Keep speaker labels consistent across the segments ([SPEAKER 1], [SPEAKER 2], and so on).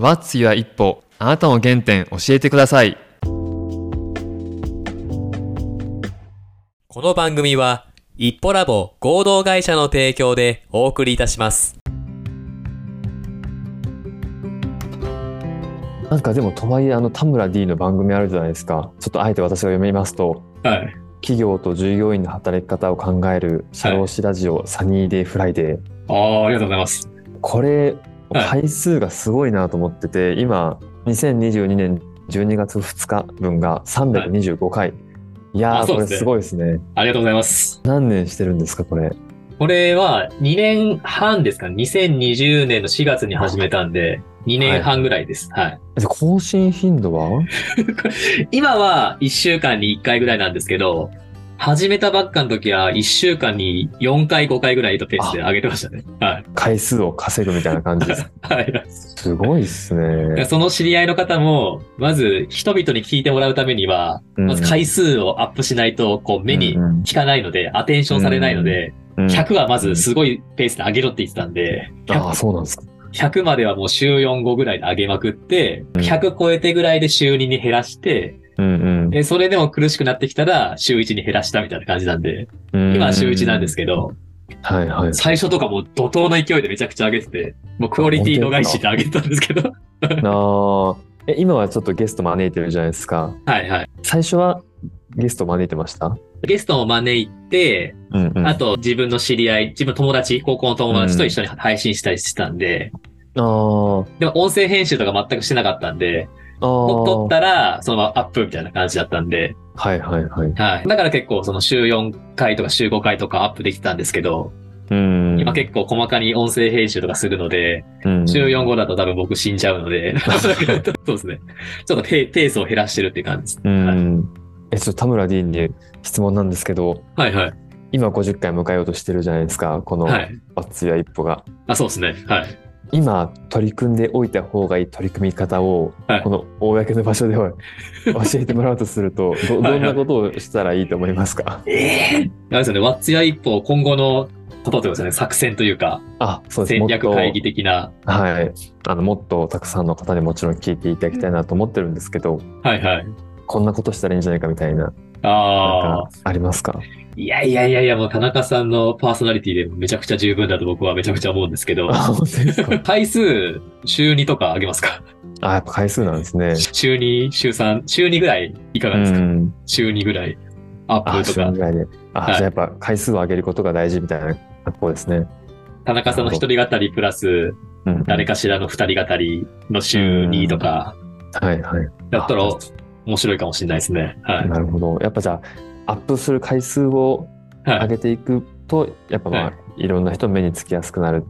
[SPEAKER 1] What's your 一歩あなたの原点教えてください
[SPEAKER 2] この番組は、一歩ラボ合同会社の提供でお送りいたします。
[SPEAKER 1] なんかでもとはいえあの田村 D の番組あるじゃないですかちょっとあえて私が読みますと
[SPEAKER 3] はい。
[SPEAKER 1] 企業と従業員の働き方を考える社労士ラジオ、サニーデイフライデー
[SPEAKER 3] ああ、ありがとうございます。
[SPEAKER 1] これ
[SPEAKER 3] はい
[SPEAKER 1] 回数がすごいなと思ってて、今2022年12月2日分が325回、い、やー
[SPEAKER 3] あそ
[SPEAKER 1] こ
[SPEAKER 3] う
[SPEAKER 1] れ
[SPEAKER 3] ですね
[SPEAKER 1] すごいですね
[SPEAKER 3] ありがとうございます。
[SPEAKER 1] 何年してるんですかこれ
[SPEAKER 3] これは2年半ですかね。2020年の4月に始めたんで、2年半ぐらいです。はい。
[SPEAKER 1] で更新頻度は
[SPEAKER 3] 今は1週間に1回ぐらいなんですけど、始めたばっかの時は1週間に4回5回ぐらいのペースで上げてましたね。はい。
[SPEAKER 1] 回数を稼ぐみたいな感じです
[SPEAKER 3] はい。
[SPEAKER 1] すごいですね、
[SPEAKER 3] その知り合いの方も、まず人々に聞いてもらうためには、
[SPEAKER 1] うん
[SPEAKER 3] まず回数をアップしないと、こう目に
[SPEAKER 1] うん
[SPEAKER 3] 効かないので、アテンションされないので、
[SPEAKER 1] うん
[SPEAKER 3] 100はまずすごいペースで上げろって言ってたんで、
[SPEAKER 1] ああそうなんですか
[SPEAKER 3] 100まではもう週4、5ぐらいで上げまくって、
[SPEAKER 1] うん
[SPEAKER 3] 100超えてぐらいで週2に減らして、
[SPEAKER 1] うん
[SPEAKER 3] でそれでも苦しくなってきたら週1に減らしたみたいな感じなんで、
[SPEAKER 1] うん、
[SPEAKER 3] 今は週1なんです
[SPEAKER 1] け
[SPEAKER 3] けど、
[SPEAKER 1] ど。はいはい。
[SPEAKER 3] 最初とかもう怒涛の勢いでめちゃくちゃ上げてて、もうクオリティ度外視で上げてたんですけど、
[SPEAKER 1] なあえ今はちょっとゲスト招いてるじゃないですか。
[SPEAKER 3] はいはい。
[SPEAKER 1] 最初はゲスト招いてました
[SPEAKER 3] ゲストを招いて、
[SPEAKER 1] うんうん。
[SPEAKER 3] あと自分の知り合い、自分の友達、高校の友達と一緒に配信したりしてたんで、
[SPEAKER 1] あー
[SPEAKER 3] でも音声編集とか全くしてなかったんで、
[SPEAKER 1] あ
[SPEAKER 3] 撮っ
[SPEAKER 1] ー。
[SPEAKER 3] たらそのままアップみたいな感じだったんで、
[SPEAKER 1] はいはいはい。
[SPEAKER 3] はい。だから結構その週4回とか週5回とかアップできたんですけど、
[SPEAKER 1] うん。
[SPEAKER 3] 今結構細かに音声編集とかするので、
[SPEAKER 1] うん
[SPEAKER 3] 週4号だと多分僕死んじゃうの で、そうですね。ちょっとペペースを減らしてるっていう感じです。
[SPEAKER 1] うん。え、ちょっと田村 D に質問なんですけど、
[SPEAKER 3] はいはい。
[SPEAKER 1] 今50回迎えようとしてるじゃないですか、この
[SPEAKER 3] はい。
[SPEAKER 1] バッツや一歩が。
[SPEAKER 3] あ、そうですね。はい。
[SPEAKER 1] 今取り組んでおいた方がいい取り組み方を、
[SPEAKER 3] はい
[SPEAKER 1] この公の場所で は教えてもらうとするとどどんなことをしたらいいと思いますか
[SPEAKER 3] あれですよね。ワッツや一歩今後のことというかですね、作戦というか、
[SPEAKER 1] あそうです
[SPEAKER 3] 戦略会議
[SPEAKER 1] も
[SPEAKER 3] 的な。
[SPEAKER 1] っとはい、あのもっとたくさんの方にもちろん聞いていただきたいなと思ってるんですけど
[SPEAKER 3] はいはい。
[SPEAKER 1] こんなことしたらいいんじゃないかみたいななん
[SPEAKER 3] ああ
[SPEAKER 1] か。ありますか
[SPEAKER 3] いやいやいやいや、もう田中さんのパーソナリティでもめちゃくちゃ十分だと僕はめちゃくちゃ思うんです けど、
[SPEAKER 1] あ本当ですか
[SPEAKER 3] 回数週2とか上げますか
[SPEAKER 1] あやっぱ回数なんですね。
[SPEAKER 3] 週2、週3、週2ぐらいいか
[SPEAKER 1] う
[SPEAKER 3] がですか、
[SPEAKER 1] ん、
[SPEAKER 3] 週2ぐらいアッ
[SPEAKER 1] あ
[SPEAKER 3] プと
[SPEAKER 1] 週に
[SPEAKER 3] か
[SPEAKER 1] ぐ、らいであ、じ
[SPEAKER 3] はい
[SPEAKER 1] ゃあやっぱ回数を上げることが大事みたいなとこですね。
[SPEAKER 3] 田中さんの一人語りプラス、
[SPEAKER 1] うん、
[SPEAKER 3] 誰かしらの二人語りの週2とか、
[SPEAKER 1] はいはい
[SPEAKER 3] だったら
[SPEAKER 1] あ
[SPEAKER 3] 面白いかもしれないですね。はい。
[SPEAKER 1] なるほど。やっぱじゃあ、アップする回数を
[SPEAKER 3] はい
[SPEAKER 1] 上げていくと、やっぱまあ、、
[SPEAKER 3] はい
[SPEAKER 1] ろんな人の目につきやすくなる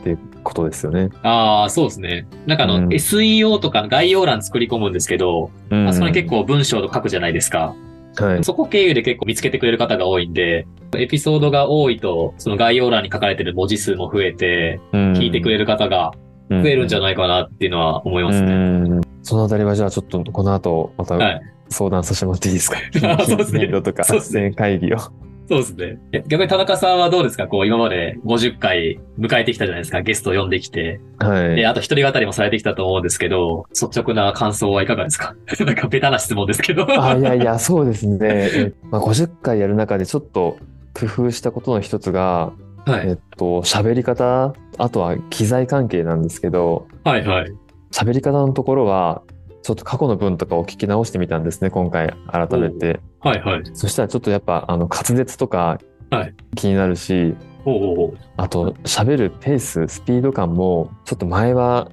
[SPEAKER 1] っていうことですよね。
[SPEAKER 3] ああ、そうですね。なんかあの、
[SPEAKER 1] うん
[SPEAKER 3] SEO とか概要欄作り込むんですけど、
[SPEAKER 1] うん
[SPEAKER 3] あそこに結、構文章とか書くじゃないですか。
[SPEAKER 1] はい、
[SPEAKER 3] そこ経由で結構見つけてくれる方が多いんで、エピソードが多いと、その概要欄に書かれてる文字数も増えて、聞いてくれる方が
[SPEAKER 1] 増
[SPEAKER 3] 増えるんじゃ
[SPEAKER 1] い
[SPEAKER 3] ないかなっていうのは思いますね。
[SPEAKER 1] そのあたりはじゃあちょっとこの後また
[SPEAKER 3] はい
[SPEAKER 1] 相談させてもらっていいですか、
[SPEAKER 3] あそうですね
[SPEAKER 1] 頻度とか
[SPEAKER 3] そう
[SPEAKER 1] 作
[SPEAKER 3] ですね
[SPEAKER 1] 戦会議を。
[SPEAKER 3] そうですね。え逆に田中さんはどうですかこう、今まで50回迎えてきたじゃないですか。ゲストを呼んできて。
[SPEAKER 1] はい
[SPEAKER 3] で、あと一人語りもされてきたと思うんですけど、率直な感想はいかがですか なんかベタな質問ですけど。
[SPEAKER 1] あ
[SPEAKER 3] はい
[SPEAKER 1] やいや、そうですね。えまあ、50回やる中でちょっと工夫したことの一つが、え
[SPEAKER 3] い。
[SPEAKER 1] っと、喋り方、あとは機材関係なんですけど、
[SPEAKER 3] はいはい。
[SPEAKER 1] 喋り方のところはちょっと過去の文とかを聞き直してみたんですね今回改めて
[SPEAKER 3] はいはい。
[SPEAKER 1] そしたらちょっとやっぱあの滑舌とか
[SPEAKER 3] はい
[SPEAKER 1] 気になるし、
[SPEAKER 3] おうおうおう
[SPEAKER 1] あと喋るペーススピード感もちょっと前は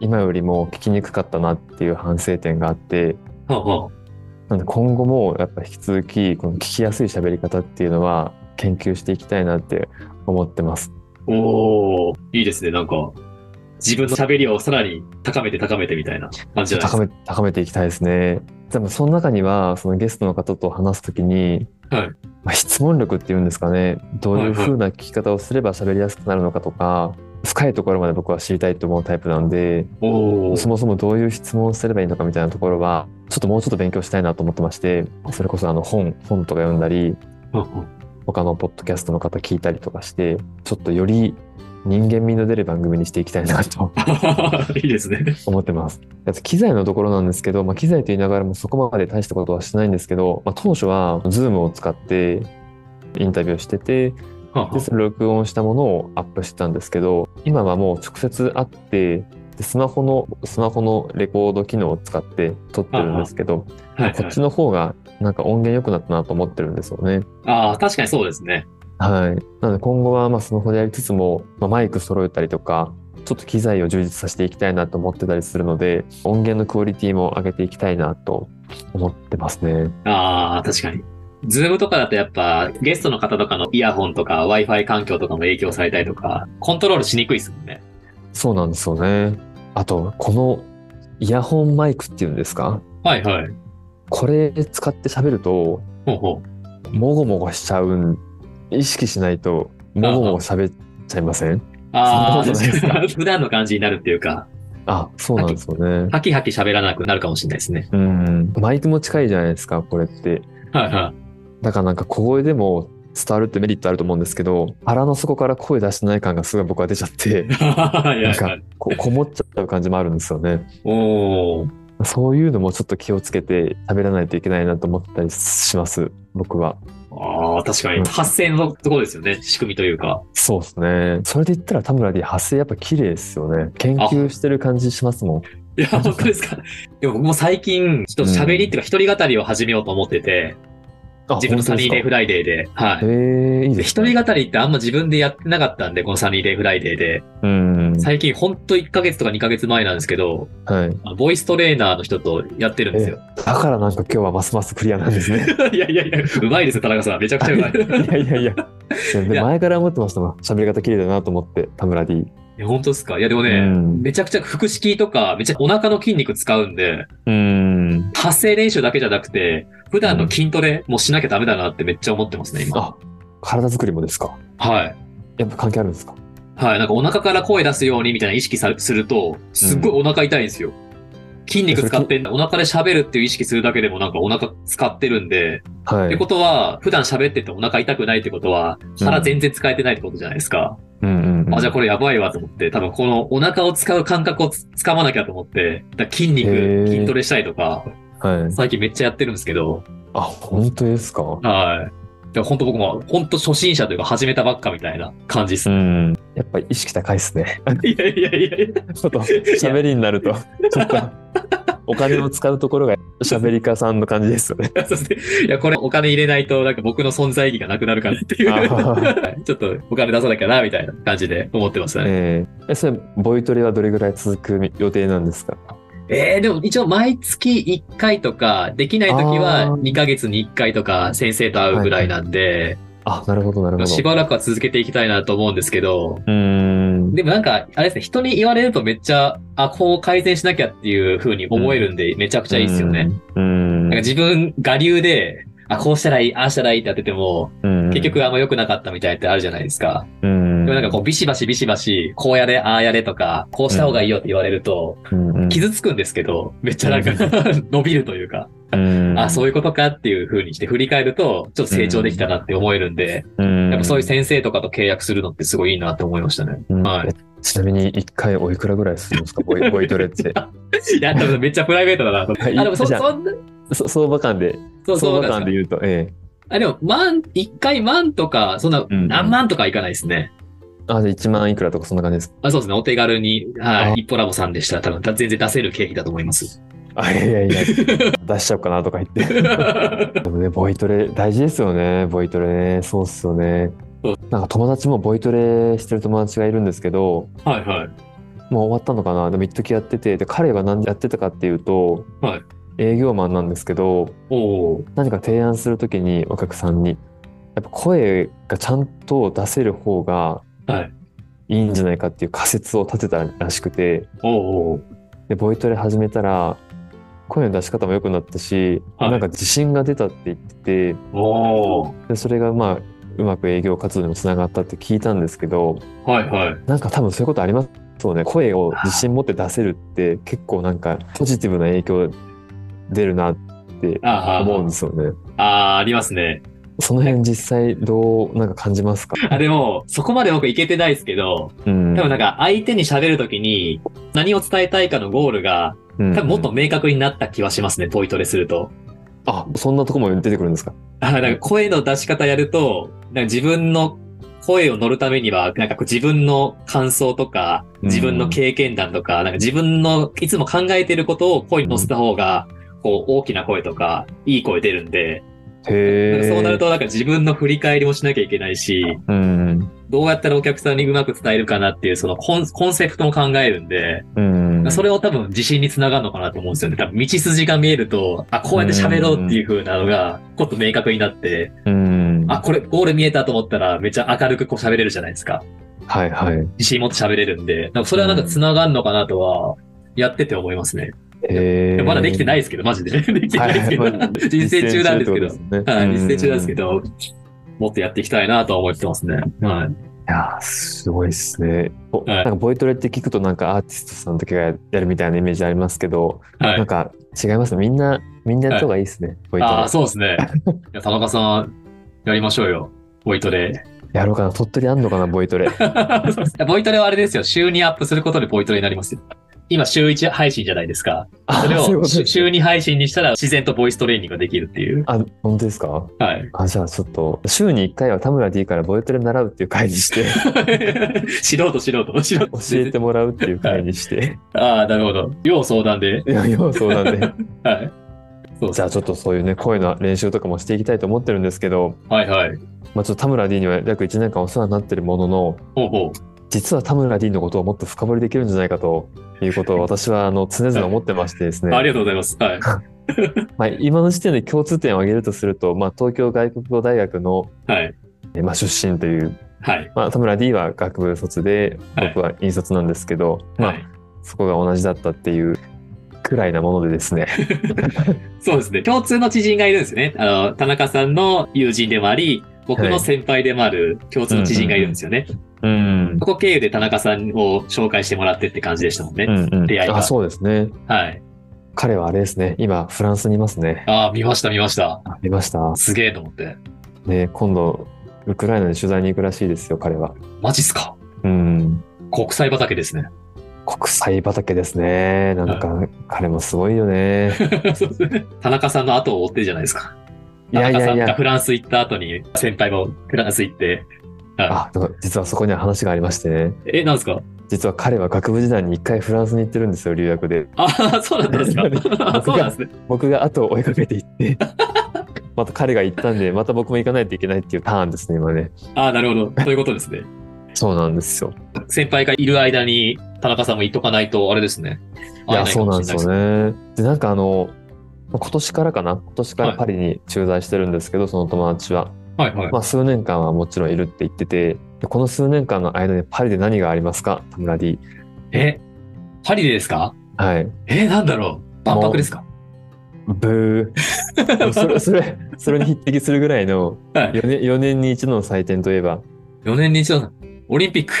[SPEAKER 1] 今よりも聞きにくかったなっていう反省点があって
[SPEAKER 3] はんはん
[SPEAKER 1] なので今後もやっぱ引き続きこの聞きやすい喋り方っていうのは研究していきたいなって思ってます。
[SPEAKER 3] おおいいですね。なんか、自分の喋りをさらに高めて高めてみたいな感じじゃない
[SPEAKER 1] 高め高めていきたいですね。でもその中にはそのゲストの方と話すときに、
[SPEAKER 3] はい
[SPEAKER 1] まあ、質問力っていうんですかねどういう
[SPEAKER 3] はいはい
[SPEAKER 1] 風な聞き方をすれば喋りやすくなるのかとか深いところまで僕は知りたいと思うタイプなんで
[SPEAKER 3] おお
[SPEAKER 1] そもそもどういう質問をすればいいのかみたいなところはちょっともうちょっと勉強したいなと思ってましてそれこそあの本本とか読んだり
[SPEAKER 3] はんはん
[SPEAKER 1] 他のポッドキャストの方聞いたりとかしてちょっとより人間味の出る番組にしていきたいなと
[SPEAKER 3] いいですね。
[SPEAKER 1] 思ってます。あと機材のところなんですけど、まあ、機材と言いながらもそこまで大したことはしてないんですけど、まあ、当初は Zoom を使ってインタビューしてて、でそれ録音したものをアップしてたんですけど今はもう直接会ってでスマホのスマホのレコード機能を使って撮ってるんですけど、
[SPEAKER 3] はい
[SPEAKER 1] こっちの方がなんか音源良くなったなと思ってるんですよね。
[SPEAKER 3] ああ、確かにそうですね。
[SPEAKER 1] はい、なので今後はまあスマホでやりつつも、まあ、マイク揃えたりとかちょっと機材を充実させていきたいなと思ってたりするので音源のクオリティも上げていきたいなと思ってますね。
[SPEAKER 3] ああ、確かに。ズームとかだとやっぱゲストの方とかのイヤホンとか Wi-Fi 環境とかも影響されたりとか、コントロールしにくいですもんね。
[SPEAKER 1] そうなんですよね。あとこのイヤホンマイクっていうんですか
[SPEAKER 3] はいはい。
[SPEAKER 1] これ使って喋ると
[SPEAKER 3] ほうほ
[SPEAKER 1] もごもごしちゃうん意識しないともごもご喋っちゃいません
[SPEAKER 3] う。ああ、
[SPEAKER 1] そんなことないですか
[SPEAKER 3] 確かに 普段の感じになるっていうか、
[SPEAKER 1] あそうなんですよね
[SPEAKER 3] ハキハキ喋らなくなるかもしれないですね。
[SPEAKER 1] うんマイクも近いじゃないですかこれって
[SPEAKER 3] はいはい。
[SPEAKER 1] だからなんか小声でも伝わるってメリットあると思うんですけど腹の底から声出してない感がすごい僕は出ちゃって
[SPEAKER 3] はい
[SPEAKER 1] なん
[SPEAKER 3] は
[SPEAKER 1] か
[SPEAKER 3] い。
[SPEAKER 1] ここもっちゃう感じもあるんですよね
[SPEAKER 3] おー
[SPEAKER 1] そういうのもちょっと気をつけて喋らないといけないなと思ったりします僕は
[SPEAKER 3] ああ、確か
[SPEAKER 1] う
[SPEAKER 3] に。
[SPEAKER 1] ん
[SPEAKER 3] 発声のところですよね。仕組みというか。
[SPEAKER 1] そうですねそれで言ったら田村 D 発声やっぱ綺麗ですよね研究してる感じしますもん
[SPEAKER 3] い や、本当ですか。でも僕も最近、ちょっと喋りっていうか、一人語りを始めようと思ってて、
[SPEAKER 1] あ
[SPEAKER 3] 自分のサニーデイフ
[SPEAKER 1] ラ
[SPEAKER 3] ライデーで。はい。
[SPEAKER 1] へえいい
[SPEAKER 3] で
[SPEAKER 1] です
[SPEAKER 3] 一
[SPEAKER 1] ね
[SPEAKER 3] 人語りってあんま自分でやってなかったんで、このサニーデイフライデーで。
[SPEAKER 1] うん
[SPEAKER 3] 最近ほんと1ヶ月とか2ヶ月前なんですけど、
[SPEAKER 1] はい、
[SPEAKER 3] あのボイストレーナーの人とやってるんですよ。
[SPEAKER 1] だからなんか今日はますますクリアなんです ね。
[SPEAKER 3] いやいやいや、うまいですよ、田中さん。めちゃくち ゃうまい。
[SPEAKER 1] いやいやいや。
[SPEAKER 3] いや
[SPEAKER 1] 前から思ってましたもん。喋り方綺麗だなと思って、田村 D。
[SPEAKER 3] いや、本当ですかいや、でもね、
[SPEAKER 1] うん
[SPEAKER 3] めちゃくちゃ腹式とか、めちゃお腹の筋肉使うんで、
[SPEAKER 1] うん。
[SPEAKER 3] 発声練習だけじゃなくて、普段の筋トレもしなきゃダメだなってめっちゃ思ってますね、今。
[SPEAKER 1] あ、体作りもですか。
[SPEAKER 3] はい。
[SPEAKER 1] やっぱ関係あるんですか。
[SPEAKER 3] はい、なんかお腹から声出すようにみたいな意識さすると、すっごいお腹痛いんですよ。筋肉使ってんだ。お腹で喋るっていう意識するだけでもなんかお腹使ってるんで、
[SPEAKER 1] は
[SPEAKER 3] って
[SPEAKER 1] い。
[SPEAKER 3] ことは、普段喋っててお腹痛くないってことは、腹全然使えてないってことじゃないですか。
[SPEAKER 1] うんうんうん
[SPEAKER 3] あ、じゃあこれやばいわと思って、多分このお腹を使う感覚をつつかまなきゃと思って、だから筋
[SPEAKER 1] へ
[SPEAKER 3] 肉、
[SPEAKER 1] ー
[SPEAKER 3] 筋トレしたりとか、
[SPEAKER 1] はい。
[SPEAKER 3] 最近めっちゃやってるんですけど、
[SPEAKER 1] あ、本当ですか。
[SPEAKER 3] はい。でも本当僕も、本当初心者というか始めたばっかみたいな感じで す
[SPEAKER 1] う。ん。やっぱ意識高いですね。
[SPEAKER 3] いやいやいやいや。
[SPEAKER 1] ちょっと喋りになると、ちょっと。お金を使うところが喋り家さんの感じですよね。
[SPEAKER 3] そして、いや、これお金入れないと、なんか僕の存在意義がなくなるからってい
[SPEAKER 1] あ
[SPEAKER 3] う、
[SPEAKER 1] ー
[SPEAKER 3] ちょっとお金出さなきゃな、みたいな感じで思ってますね。
[SPEAKER 1] えーえ、それボイトレはどれぐらい続く予定なんですか。
[SPEAKER 3] えー、でも一応毎月1回とか、できない時
[SPEAKER 1] あ
[SPEAKER 3] は
[SPEAKER 1] ー
[SPEAKER 3] 2ヶ月に1回とか先生と会うぐらいなんで、
[SPEAKER 1] あ、なるほどなるほど。
[SPEAKER 3] しばらくは続けていきたいなと思うんですけど、
[SPEAKER 1] うーん。
[SPEAKER 3] でもなんか、あれですね、人に言われるとめっちゃ、あ、こう改善しなきゃっていう風に思えるんで、めちゃくちゃいいですよね。
[SPEAKER 1] うん。
[SPEAKER 3] なんか
[SPEAKER 1] うん。
[SPEAKER 3] 自分、我流で、あ、こうしたらいい、ああしたらいいってやってても、結局あんま良くなかったみたいってあるじゃないですか。
[SPEAKER 1] うん、
[SPEAKER 3] でもなんかこうビシバシビシバシ、こうやれ、ああやれとか、こうした方がいいよって言われると、
[SPEAKER 1] うん、うん
[SPEAKER 3] 傷つくんですけど、めっちゃなんか 伸びるというか、
[SPEAKER 1] うん、
[SPEAKER 3] あそういうことかっていう風にして振り返ると、ちょっと成長できたなって思えるんで、
[SPEAKER 1] うん
[SPEAKER 3] やっぱそういう先生とかと契約するのってすごいいいなって思いましたね。
[SPEAKER 1] うん
[SPEAKER 3] はい
[SPEAKER 1] えちなみに一回おいくらぐらいするんですか、ボ イボイトレって。
[SPEAKER 3] いや、多分めっちゃプライベートだなと思って。
[SPEAKER 1] い
[SPEAKER 3] あ、でもそ、
[SPEAKER 1] じゃあ
[SPEAKER 3] そんな、
[SPEAKER 1] そ相場感で、
[SPEAKER 3] そう、そ
[SPEAKER 1] 相
[SPEAKER 3] う
[SPEAKER 1] 場
[SPEAKER 3] なん
[SPEAKER 1] 感
[SPEAKER 3] で
[SPEAKER 1] です
[SPEAKER 3] か。
[SPEAKER 1] 言うと、ええ。
[SPEAKER 3] あ、でも、万、一回万とか、そんな、
[SPEAKER 1] んうん
[SPEAKER 3] 何万とかいかないですね。
[SPEAKER 1] あ、じゃあ1万いくらとかそんな感じですか。
[SPEAKER 3] あそうですね、お手軽に、は
[SPEAKER 1] あ
[SPEAKER 3] い、一歩ラボさんでしたら多分だ全然出せる経費だと思 います。
[SPEAKER 1] あ、いやいやいや、 出しちゃおうかなとか言って。 でもね、ボイトレ大事ですよね、ボイトレね。そうっすよね
[SPEAKER 3] う。
[SPEAKER 1] なんか友達もボイトレしてる友達がいるんですけど、
[SPEAKER 3] はいはい。
[SPEAKER 1] もう終わったのかなでも一時やってて、で、彼は何やってたかっていうと、
[SPEAKER 3] はい
[SPEAKER 1] 営業マンなんですけど、
[SPEAKER 3] おー。
[SPEAKER 1] 何か提案するときにお客さんにやっぱ声がちゃんと出せる方が
[SPEAKER 3] はい
[SPEAKER 1] いいんじゃないかっていう仮説を立てたらしくて
[SPEAKER 3] おお
[SPEAKER 1] でボイトレ始めたら声の出し方も良くなったし、
[SPEAKER 3] はい
[SPEAKER 1] なんか自信が出たって言ってて
[SPEAKER 3] おお
[SPEAKER 1] でそれがまあうまく営業活動にもつながったって聞いたんですけど
[SPEAKER 3] はいはい。
[SPEAKER 1] なんか多分そういうことありますそうね声を自信持って出せるって結構なんかポジティブな影響出るなって
[SPEAKER 3] ああ、
[SPEAKER 1] 思うんですよね。
[SPEAKER 3] ああ、ありますね。
[SPEAKER 1] その辺実際どうなんか感じますか、
[SPEAKER 3] あ、でも、そこまで僕いけてないですけど、
[SPEAKER 1] うん、
[SPEAKER 3] 多分なんか相手に喋るときに何を伝えたいかのゴールが
[SPEAKER 1] うん、
[SPEAKER 3] 多分もっと明確になった気はしますね、ポイトレすると。
[SPEAKER 1] あそんなとこも出てくるんですか
[SPEAKER 3] あなんか声の出し方やると、なんか自分の声を乗るためには、なんかこう自分の感想とか、
[SPEAKER 1] うん
[SPEAKER 3] 自分の経験談とか、なんか自分のいつも考えてることを声に乗せた方が、こう大きな声とか、いい声出るんで、なん
[SPEAKER 1] へ
[SPEAKER 3] か
[SPEAKER 1] え
[SPEAKER 3] そうなる、となんか自分の振り返りもしなきゃいけないし、
[SPEAKER 1] うん
[SPEAKER 3] どうやったらお客さんにうまく伝えるかなっていう、そのコンコンセプトも考えるんで、
[SPEAKER 1] うん、
[SPEAKER 3] それを多分自信につながるのかなと思うんですよね。多分道筋が見えると、あ、こうやって喋ろうっていう風なのが、ちょっと明確になって、
[SPEAKER 1] うん、
[SPEAKER 3] あ、これゴール見えたと思ったらめっちゃ明るくこう喋れるじゃないですか。
[SPEAKER 1] はいはい
[SPEAKER 3] 自信持って喋れるんで、なんかそれはなんかつながるのかなとは、やってて思いますね。
[SPEAKER 1] へえ
[SPEAKER 3] まだできてないですけど、マジで。 できてないですけど、
[SPEAKER 1] はいはいまあ
[SPEAKER 3] 実践中なんですけど。はい、実践中なんですけ
[SPEAKER 1] ど。
[SPEAKER 3] ど、もっとやっていきたいなとは思ってますね。はい。
[SPEAKER 1] いやー、すごいですね。お
[SPEAKER 3] はい
[SPEAKER 1] なんかボイトレって聞くとなんかアーティストさんとかがやるみたいなイメージありますけど、
[SPEAKER 3] はい
[SPEAKER 1] なんか違いますね。みんな、みんなやった方がいいですね。ボイト
[SPEAKER 3] ああ、そうです ね。いや田中さん、やりましょうよ。ボイ トレ。
[SPEAKER 1] レ。やろうかな。鳥取あんのかな、ボイト レ。
[SPEAKER 3] ボイトレはあれですよ。週にアップすることでボイトレになりますよ。今、週1配信じゃないですか。
[SPEAKER 1] あ
[SPEAKER 3] それ
[SPEAKER 1] そういう
[SPEAKER 3] を
[SPEAKER 1] ことです
[SPEAKER 3] 週2配信にしたら自然とボイストレーニングができるっていう。
[SPEAKER 1] あ、本当ですか
[SPEAKER 3] はい。
[SPEAKER 1] あ、じゃあちょっと、週に1回は田村 D からボイトレ習うっていう会にして、
[SPEAKER 3] 素人、素人、素人。
[SPEAKER 1] 教えてもらうっていう会にして、
[SPEAKER 3] ああ、なるほど。要相談で。
[SPEAKER 1] いや、要素なんで。
[SPEAKER 3] はい。そう
[SPEAKER 1] じゃあちょっとそういうね、声の練習とかもしていきたいと思ってるんですけど、
[SPEAKER 3] はいはい。
[SPEAKER 1] まあちょっと田村 D には約1年間お世話になってるものの、
[SPEAKER 3] ほうほう。
[SPEAKER 1] 実は田村 D のことをもっと深掘りできるんじゃないかということを私はあの常々思ってましてですね、
[SPEAKER 3] ありがとうございます。はい。
[SPEAKER 1] まあ、今の時点で共通点を挙げるとすると、まあ、東京外国語大学の、
[SPEAKER 3] はい。
[SPEAKER 1] えまあ、出身という、
[SPEAKER 3] はい。
[SPEAKER 1] まあ、田村 D は学部卒で
[SPEAKER 3] はい
[SPEAKER 1] 僕は引率なんですけど、ま
[SPEAKER 3] は
[SPEAKER 1] あ、
[SPEAKER 3] い。
[SPEAKER 1] そこが同じだったっていうくらいなものでですね
[SPEAKER 3] そうですね。共通の知人がいるんですよね。あの、田中さんの友人でもあり、僕の先輩でもある共通の知人がいるんですよね。
[SPEAKER 1] うん
[SPEAKER 3] そこ経由で田中さんを紹介してもらってって感じでしたもんね。
[SPEAKER 1] うんうん
[SPEAKER 3] 出会いが
[SPEAKER 1] あそうですね
[SPEAKER 3] はい。
[SPEAKER 1] 彼はあれですね今フランスにいますね
[SPEAKER 3] ああ、見ました、見ました。
[SPEAKER 1] あ見ました
[SPEAKER 3] すげえと思って。
[SPEAKER 1] ね今度ウクライナに取材に行くらしいですよ彼は
[SPEAKER 3] マジっすか
[SPEAKER 1] うん
[SPEAKER 3] 国際畑ですね。
[SPEAKER 1] 国際畑ですね。なんか、彼もすごいよ ね。
[SPEAKER 3] そうですね田中さんの後を追ってるじゃないですか。
[SPEAKER 1] い
[SPEAKER 3] 田
[SPEAKER 1] やい
[SPEAKER 3] 中
[SPEAKER 1] や
[SPEAKER 3] さん
[SPEAKER 1] い
[SPEAKER 3] が
[SPEAKER 1] や
[SPEAKER 3] フ。ランス行った後に、先輩もフランス行って。
[SPEAKER 1] あ、でも実はそこには話がありましてね。
[SPEAKER 3] え、なんですか
[SPEAKER 1] 実は彼は学部時代に一回フランスに行ってるんですよ、留学で。
[SPEAKER 3] ああ、そうだったんですかあ そうなんですね。
[SPEAKER 1] 僕が後を追いかけて行 って。また彼が行ったんで、また僕も行かないといけないっていうターンですね、今ね。
[SPEAKER 3] ああ、なるほど。そういうことですね。
[SPEAKER 1] そうなんですよ。
[SPEAKER 3] 先輩がいる間に田中さんも言っとかないと、あれですね。
[SPEAKER 1] いや、そうなんですよ
[SPEAKER 3] ね。
[SPEAKER 1] ね。で、なんかあの、今年からかな今年から
[SPEAKER 3] はい
[SPEAKER 1] パリに駐在してるんですけど、その友達は。
[SPEAKER 3] はいはい。
[SPEAKER 1] まあ、数年間はもちろんいるって言ってて、でこの数年間の間にパリで何がありますか田村 D。
[SPEAKER 3] え、パリでですか
[SPEAKER 1] はい。
[SPEAKER 3] え、なんだろう万博ですか
[SPEAKER 1] ブー。それ、それ、それに匹敵するぐらいの
[SPEAKER 3] はい
[SPEAKER 1] 4年 ,4 年に一度の祭典といえば、
[SPEAKER 3] ?4 年に一度のオリンピック。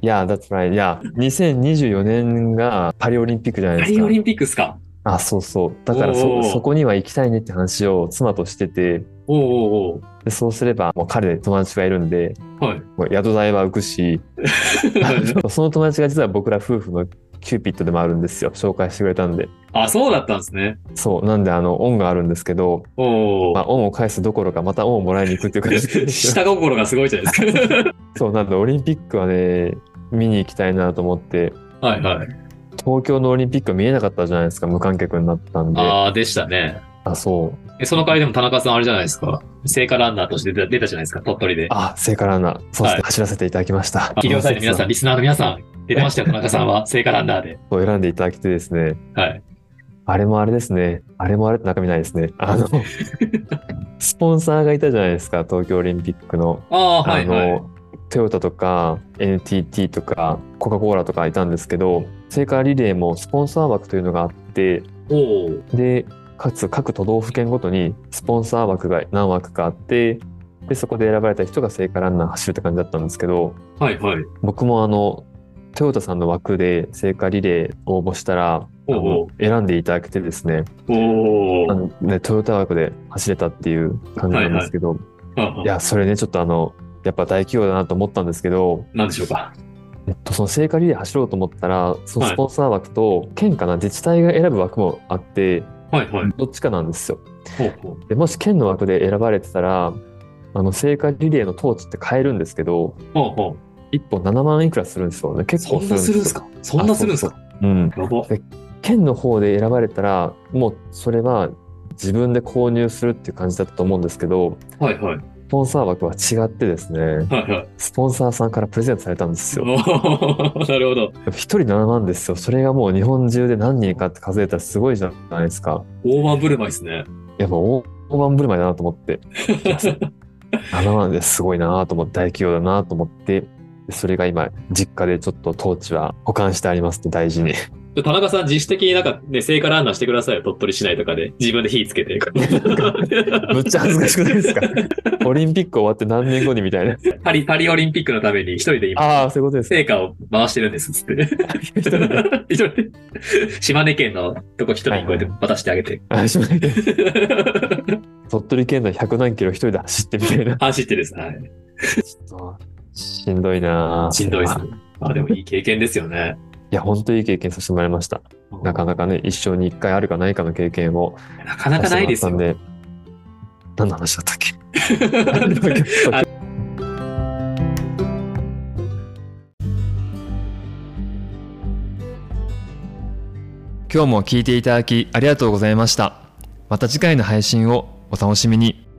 [SPEAKER 1] いや、that's right. いや、2024年がパリオリンピックじゃない
[SPEAKER 3] パ
[SPEAKER 1] ですか。
[SPEAKER 3] リオリンピックですか
[SPEAKER 1] あ、そうそう。だから
[SPEAKER 3] お
[SPEAKER 1] そ、
[SPEAKER 3] ー
[SPEAKER 1] そこには行きたいねって話を妻としてて、
[SPEAKER 3] おうおう
[SPEAKER 1] でそうすれば、もう彼で友達がいるんで、
[SPEAKER 3] おう。はい。
[SPEAKER 1] もう宿代は浮くし、その友達が実は僕ら夫婦のキューピットでもあるんですよ。紹介してくれたんで。
[SPEAKER 3] あ、そうだったんですね。
[SPEAKER 1] そう。なんで、あの、恩があるんですけど、
[SPEAKER 3] おうおう。
[SPEAKER 1] まあ、恩を返すどころか、また恩をもらいに行くっていう感じですよ。
[SPEAKER 3] 下心がすごいじゃないですか。
[SPEAKER 1] そう、なんで、オリンピックはね、見に行きたいなと思って、
[SPEAKER 3] はいはい。
[SPEAKER 1] 東京のオリンピックは見えなかったじゃないですか、無観客になったんで。あ
[SPEAKER 3] ああ、でしたね。
[SPEAKER 1] そう。
[SPEAKER 3] え、その代わりでも田中さんあれじゃないですか。聖火ランナーとして出た出たじゃないですか、鳥取で。
[SPEAKER 1] あ、聖火ランナー、そうですね、
[SPEAKER 3] はい
[SPEAKER 1] 走らせていただきました。
[SPEAKER 3] 企業サイトの皆さん、リスナーの皆さん、出てましたよ、田中さんは。聖火ランナーで。
[SPEAKER 1] そう選んでいただきてですね、
[SPEAKER 3] はい。
[SPEAKER 1] あれもあれですね、あれもあれって中身ないですね。あ の、スポンサーがいたじゃないですか、東京オリンピックの。
[SPEAKER 3] ああ、は
[SPEAKER 1] あ
[SPEAKER 3] いはい。
[SPEAKER 1] の、トヨタとか NTT とかコカ・コーラとかいたんですけど、聖火リレーもスポンサー枠というのがあって、
[SPEAKER 3] おう
[SPEAKER 1] で、かつ各都道府県ごとにスポンサー枠が何枠かあって、で、そこで選ばれた人が聖火ランナー走るって感じだったんですけど、
[SPEAKER 3] はいはい。
[SPEAKER 1] 僕もあの、トヨタさんの枠で聖火リレー応募したら、あ
[SPEAKER 3] おうお
[SPEAKER 1] の
[SPEAKER 3] う
[SPEAKER 1] 選んでいただけてですね、
[SPEAKER 3] お
[SPEAKER 1] あ
[SPEAKER 3] お。
[SPEAKER 1] のね、トヨタ枠で走れたっていう感じなんですけど、いや、それね、ちょっとあの、やっぱ大企業だなと思ったんですけど、
[SPEAKER 3] なんでしょうか。
[SPEAKER 1] えっと、その聖火リレー走ろうと思ったら、そのスポンサー枠と、県かな、自治体が選ぶ枠もあって、
[SPEAKER 3] はいはい。
[SPEAKER 1] どっちかなんですよ。
[SPEAKER 3] ほうほう。
[SPEAKER 1] でもし県の枠で選ばれてたら、あの聖火リレーのトーチって買えるんですけど、
[SPEAKER 3] ほうほ
[SPEAKER 1] 1本7万いくらするんですよね。
[SPEAKER 3] う。
[SPEAKER 1] 結
[SPEAKER 3] そ
[SPEAKER 1] 構
[SPEAKER 3] ん
[SPEAKER 1] する
[SPEAKER 3] なん
[SPEAKER 1] ですよ。
[SPEAKER 3] するんすかそんなするんすか
[SPEAKER 1] うん。
[SPEAKER 3] やば。
[SPEAKER 1] 県の方で選ばれたら、もうそれは自分で購入するっていう感じだったと思うんですけど、
[SPEAKER 3] はいはい。
[SPEAKER 1] スポンサー枠は違ってですね、
[SPEAKER 3] はいはい。
[SPEAKER 1] スポンサーさんからプレゼントされたんですよ。
[SPEAKER 3] おー なるほど。
[SPEAKER 1] 1人7万ですよ。それがもう日本中で何人かって数えたらすごいじゃないですか。
[SPEAKER 3] 大盤振る舞いですね。
[SPEAKER 1] やっぱ大大盤振る舞いだなと思 って、7万ですごいなと思って、大企業だなと思って、それが今、実家でちょっとトーチは保管してありますって大 事に。
[SPEAKER 3] 田中さん、自主的になんか、ね、聖火ランナーしてくださいよ。鳥取市内とかで。自分で火つ けて。
[SPEAKER 1] むっちゃ恥ずかしくない ですかオリンピック終わって何年後にみたいな。
[SPEAKER 3] パリ、パリオリンピックのために一人で今、
[SPEAKER 1] ああ、そういうことですね。
[SPEAKER 3] 聖火を回してるんです、つって。
[SPEAKER 1] 一人で
[SPEAKER 3] 一人で。島根県のとこ一人にこうやって渡してあげて。
[SPEAKER 1] あ島根県鳥取県内100何キロ一人で走ってみたいな。
[SPEAKER 3] 安心ってです。はい。
[SPEAKER 1] ちょっとしんどいな
[SPEAKER 3] しんどいです
[SPEAKER 1] い。
[SPEAKER 3] あ、でもいい経験ですよね。
[SPEAKER 1] や、本当にいい経験させてもらいました。なかなかね、一生に一回あるかないかの経験を
[SPEAKER 3] なかなか ないですよ。
[SPEAKER 1] ね。何の話だったっけ今日も聞いていただきありがとうございました。また次回の配信をお楽しみに。